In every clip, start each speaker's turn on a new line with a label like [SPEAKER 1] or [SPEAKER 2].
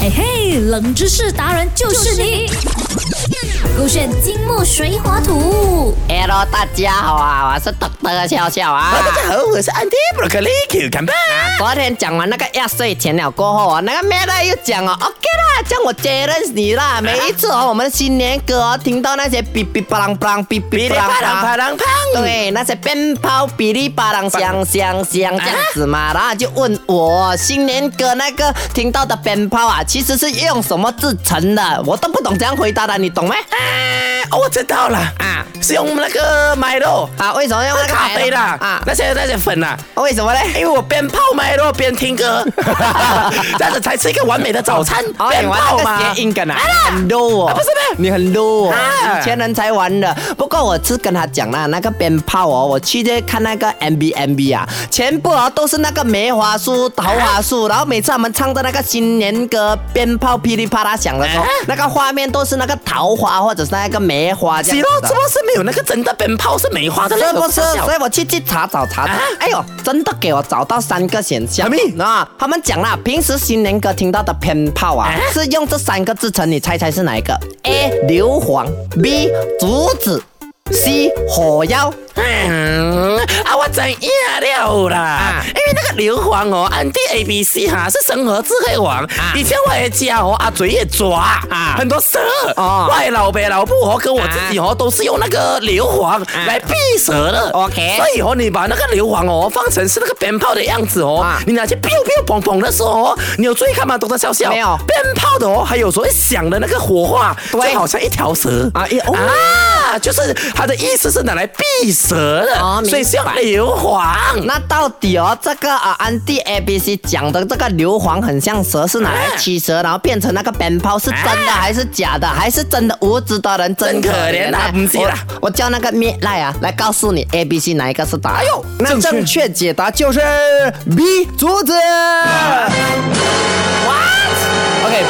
[SPEAKER 1] 嘿哎嘿，冷知识达人就是你。勾选金木水火土。
[SPEAKER 2] Hello，大家好啊，我是 Doctor 笑笑啊。
[SPEAKER 3] 大家好，我是 Andy Broccoli Q 干杯。
[SPEAKER 2] 昨天讲完那个压岁钱了过后啊，那个妹呢又讲哦，OK 啦，叫我 j a l 你啦。每一次哦，我们的新年歌哦，听到那些哔哔巴啷巴啷哔
[SPEAKER 3] 噼
[SPEAKER 2] 哔
[SPEAKER 3] 里
[SPEAKER 2] 巴
[SPEAKER 3] 啪啦
[SPEAKER 2] 啷
[SPEAKER 3] 啪
[SPEAKER 2] 巴啷，
[SPEAKER 3] 啦啪，
[SPEAKER 2] 对，那些鞭炮哔哩吧啷响响响这样子嘛，然后就问我新年歌那个听到的鞭炮啊，其实是用什么制成的，我都不懂怎样回答的，你懂没？
[SPEAKER 3] 哦，我知道了啊，是用那个麦肉。
[SPEAKER 2] 啊，为什么用那个
[SPEAKER 3] 咖啡啦，
[SPEAKER 2] 啊
[SPEAKER 3] 啊，？那些那些粉啊，
[SPEAKER 2] 为什么嘞？
[SPEAKER 3] 因为我边泡麦肉边听歌，这样子才是一个完美的早餐。
[SPEAKER 2] 哦，你
[SPEAKER 3] 边
[SPEAKER 2] 玩那
[SPEAKER 3] 泡
[SPEAKER 2] 个
[SPEAKER 3] 嘛
[SPEAKER 2] 谐，音梗啊，很 low 哦，
[SPEAKER 3] 啊不是咩
[SPEAKER 2] 你很 low 哦，
[SPEAKER 3] 啊
[SPEAKER 2] 以前人才玩的。不过我是跟他讲啦，那个鞭炮哦，我去这看那个 M B M B 啊，全部哦都是那个梅花树、桃花树，然后每次他们唱的那个新年歌，鞭炮噼里啪啦响的时候，那个画面都是那个桃花或者是那个梅花这
[SPEAKER 3] 喜
[SPEAKER 2] 样
[SPEAKER 3] 肉
[SPEAKER 2] 子的
[SPEAKER 3] 怎。么是没有那个真的边泡是梅花的那
[SPEAKER 2] 是
[SPEAKER 3] 种
[SPEAKER 2] 不是？
[SPEAKER 3] 大小
[SPEAKER 2] 所以我去去查找查找，哎呦，真的给我找到三个选项。啊，他们讲啦，平时新年歌听到的鞭炮啊，是用这三个制成，你猜猜是哪一个？A. 硫磺，B. 竹子，C. 火药。
[SPEAKER 3] 嗯，啊，我怎样了啦？
[SPEAKER 2] 啊
[SPEAKER 3] 因为那个硫磺哦，安迪 A B C 哈是生活智慧王，
[SPEAKER 2] 啊
[SPEAKER 3] 以前我也教哦，啊嘴也抓啊，很多蛇，
[SPEAKER 2] 哦
[SPEAKER 3] 哦、外老伯老布哦跟我自己哦、都是用那个硫磺来避蛇的。
[SPEAKER 2] 啊 OK
[SPEAKER 3] 所以哦，你把那个硫磺哦放成是那个鞭炮的样子哦，
[SPEAKER 2] 啊
[SPEAKER 3] 你拿去 biu biu 砰砰的时候哦，你有注意看吗？懂得笑笑
[SPEAKER 2] 没有
[SPEAKER 3] 鞭炮的哦，还有时候会响的那个火花，就
[SPEAKER 2] 对
[SPEAKER 3] 好像一条蛇
[SPEAKER 2] 啊一哦
[SPEAKER 3] 啊，就是它的意思是拿来避蛇的，
[SPEAKER 2] 哦明白
[SPEAKER 3] 所以是用硫磺。
[SPEAKER 2] 那到底哦，这个啊，安迪 A B C 讲的这个硫磺很像蛇，是拿来驱蛇，然后变成那个鞭炮，是真的还是假的？还是真的无知的人真
[SPEAKER 3] 啊真
[SPEAKER 2] 可
[SPEAKER 3] 可
[SPEAKER 2] 怜
[SPEAKER 3] 怜啊不是
[SPEAKER 2] 我
[SPEAKER 3] 啦
[SPEAKER 2] 我叫那个灭赖啊，来告诉你 A B C 哪一个是答案。哎
[SPEAKER 3] 呦
[SPEAKER 2] 那
[SPEAKER 3] 正确
[SPEAKER 2] 正确解答就是 B 竹子。
[SPEAKER 4] OK。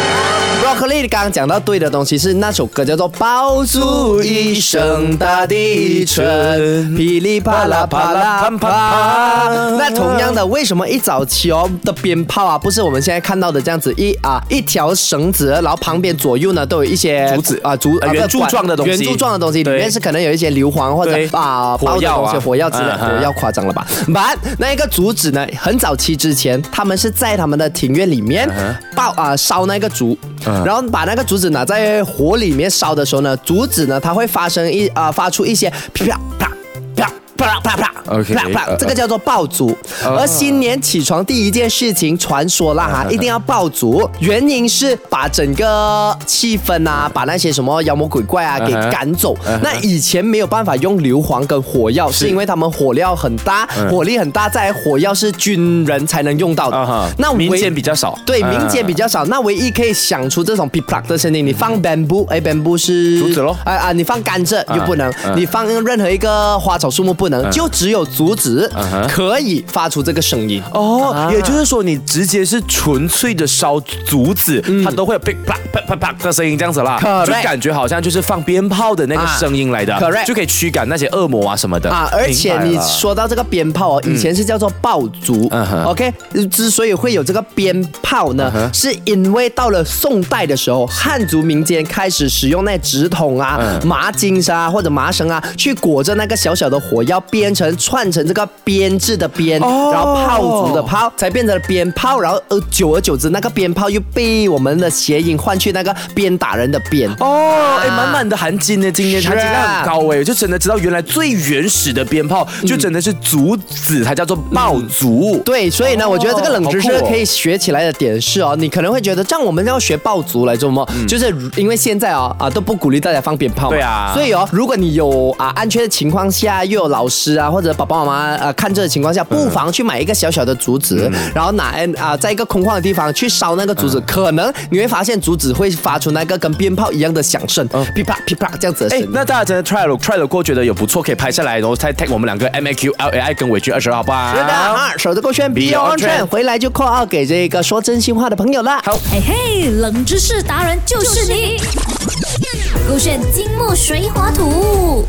[SPEAKER 4] Broccoli 刚刚讲到对的东西是那首歌叫做《爆竹一声大地震》，
[SPEAKER 3] 嗯
[SPEAKER 4] 噼里啪啦啪啦啪。那同样的，为什么一早起哦的鞭炮啊，不是我们现在看到的这样子一啊一条绳子，然后旁边左右呢都有一些
[SPEAKER 3] 竹子
[SPEAKER 4] 啊竹
[SPEAKER 3] 啊
[SPEAKER 4] 啊
[SPEAKER 3] 圆
[SPEAKER 4] 不是
[SPEAKER 3] 柱
[SPEAKER 4] 管
[SPEAKER 3] 状的东西
[SPEAKER 4] 圆柱状的东西里
[SPEAKER 3] 对
[SPEAKER 4] 面是可能有一些硫磺或者
[SPEAKER 3] 对
[SPEAKER 4] 啊
[SPEAKER 3] 火
[SPEAKER 4] 爆的
[SPEAKER 3] 药
[SPEAKER 4] 东西
[SPEAKER 3] 啊
[SPEAKER 4] 火药之类
[SPEAKER 3] 嗯嗯
[SPEAKER 4] 火药夸张了吧？but 那一个竹子呢，很早期之前，他们是在他们的庭院里面
[SPEAKER 3] 嗯
[SPEAKER 4] 爆啊、烧那个竹然后把那个竹子拿在火里面烧的时候呢，竹子呢它会发生一啊、发出一些啪啪啪啪啪啪啪
[SPEAKER 3] OK，呃啊
[SPEAKER 4] 啪啪，这个叫做爆竹。而新年起床第一件事情，传说啦
[SPEAKER 3] 嗯
[SPEAKER 4] 哈，一定要爆竹，原因是把整个气氛啊，把那些什么妖魔鬼怪
[SPEAKER 3] 嗯
[SPEAKER 4] 啊给赶走。那以前没有办法用硫磺跟火药，是因为他们火料很大，火力很大，再来火药是军人才能用到
[SPEAKER 3] 嗯啊
[SPEAKER 4] 的
[SPEAKER 3] 哈。
[SPEAKER 4] 那
[SPEAKER 3] 民
[SPEAKER 4] 唯
[SPEAKER 3] 间比较少
[SPEAKER 4] 对，
[SPEAKER 3] 啊
[SPEAKER 4] 民间比较少。那唯一可以想出这种 p i p l a 的声音，你放 bamboo，哎，bamboo 是
[SPEAKER 3] 竹子咯
[SPEAKER 4] 啊啊，你放甘蔗又不能，你放任何一个花草树木不能，就只有竹子可以发出这个声音。啊
[SPEAKER 5] 哦，也就是说你直接是纯粹的烧竹子，它都会有 big 啪啪啪啪的声音这样子啦
[SPEAKER 4] 嗯 Correct
[SPEAKER 5] 就感觉好像就是放鞭炮的那个声音来的
[SPEAKER 4] 啊，correct
[SPEAKER 5] 就可以驱赶那些恶魔啊什么的
[SPEAKER 4] 啊，而且
[SPEAKER 5] 明
[SPEAKER 4] 你
[SPEAKER 5] 白了
[SPEAKER 4] 说到这个鞭炮哦，以前是叫做爆竹、
[SPEAKER 5] 嗯哼
[SPEAKER 4] o k 之所以会有这个鞭炮呢是因为到了宋代的时候，汉族民间开始使用那纸筒啊、
[SPEAKER 5] 嗯
[SPEAKER 4] 麻筋啊或者麻绳啊，去裹着那个小小的火药，编成串成这个编制的鞭，
[SPEAKER 5] 哦
[SPEAKER 4] 然后炮竹的炮，才变成了鞭炮，然后呃，久而久之，那个鞭炮又被我们的谐音换去那个鞭打人的鞭。
[SPEAKER 5] 哦，哎，满满的含金呢，今天
[SPEAKER 4] 啊是啊
[SPEAKER 5] 含金量很高哎，就真的知道原来最原始的鞭炮
[SPEAKER 4] 嗯
[SPEAKER 5] 就真的是竹子，它叫做爆竹。
[SPEAKER 4] 对，所以呢，我觉得这个冷知识
[SPEAKER 5] 好酷哦
[SPEAKER 4] 可以学起来的点是哦，你可能会觉得，这样我们要学爆竹来做么？就是因为现在哦啊都不鼓励大家放鞭炮
[SPEAKER 5] 嗯
[SPEAKER 4] 嘛，
[SPEAKER 5] 对啊
[SPEAKER 4] 所以哦，如果你有啊安全的情况下，又有老师啊或者爸爸妈妈呃看着的情况
[SPEAKER 5] 嗯
[SPEAKER 4] 下，不妨去买一个小小的竹子，然后拿啊在一个空旷的地方去烧那个竹子，可能你会发现竹子会发出那个跟鞭炮一样的响声，
[SPEAKER 5] 嗯
[SPEAKER 4] 噼啪噼啪这样子的声
[SPEAKER 5] 哎
[SPEAKER 4] 音，。
[SPEAKER 5] 那大家真的 try 了 try 了过，觉得有不错，可以拍下来，然后再 tag 我们两个 M A Q L A I 跟伟俊二十二，好不好？
[SPEAKER 4] 是的啊，守着勾选 B
[SPEAKER 5] Beyond
[SPEAKER 4] on trend，
[SPEAKER 5] 哎 Trend
[SPEAKER 4] 回来就扣二给这个说真心话的朋友了。
[SPEAKER 1] 嘿哎嘿，冷知识达人就是你。勾选金木水火土。